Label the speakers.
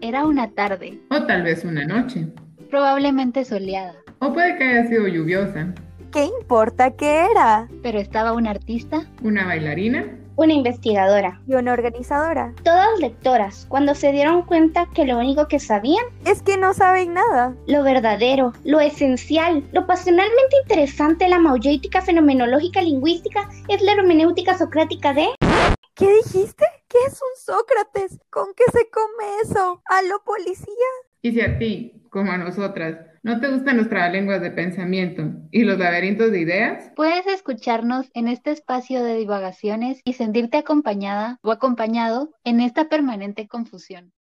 Speaker 1: Era una tarde,
Speaker 2: O tal vez una noche.
Speaker 1: probablemente soleada,
Speaker 2: O puede que haya sido lluviosa.
Speaker 3: ¿Qué importa qué era?
Speaker 1: pero estaba un artista
Speaker 2: Una bailarina.
Speaker 4: Una investigadora.
Speaker 3: Y una organizadora.
Speaker 4: Todas lectoras, cuando se dieron cuenta que lo único que sabían,
Speaker 3: Es que no saben nada.
Speaker 4: lo verdadero, lo esencial, lo pasionalmente interesante de la maulléutica fenomenológica lingüística es la hermenéutica socrática de...
Speaker 3: ¿Qué dijiste? ¿Qué es un Sócrates? ¿Con qué se come eso? ¿A lo policía?
Speaker 2: Y si a ti, como a nosotras, no te gustan los trabalenguas de pensamiento y los laberintos de ideas,
Speaker 1: Puedes escucharnos en este espacio de divagaciones y sentirte acompañada o acompañado en esta permanente confusión.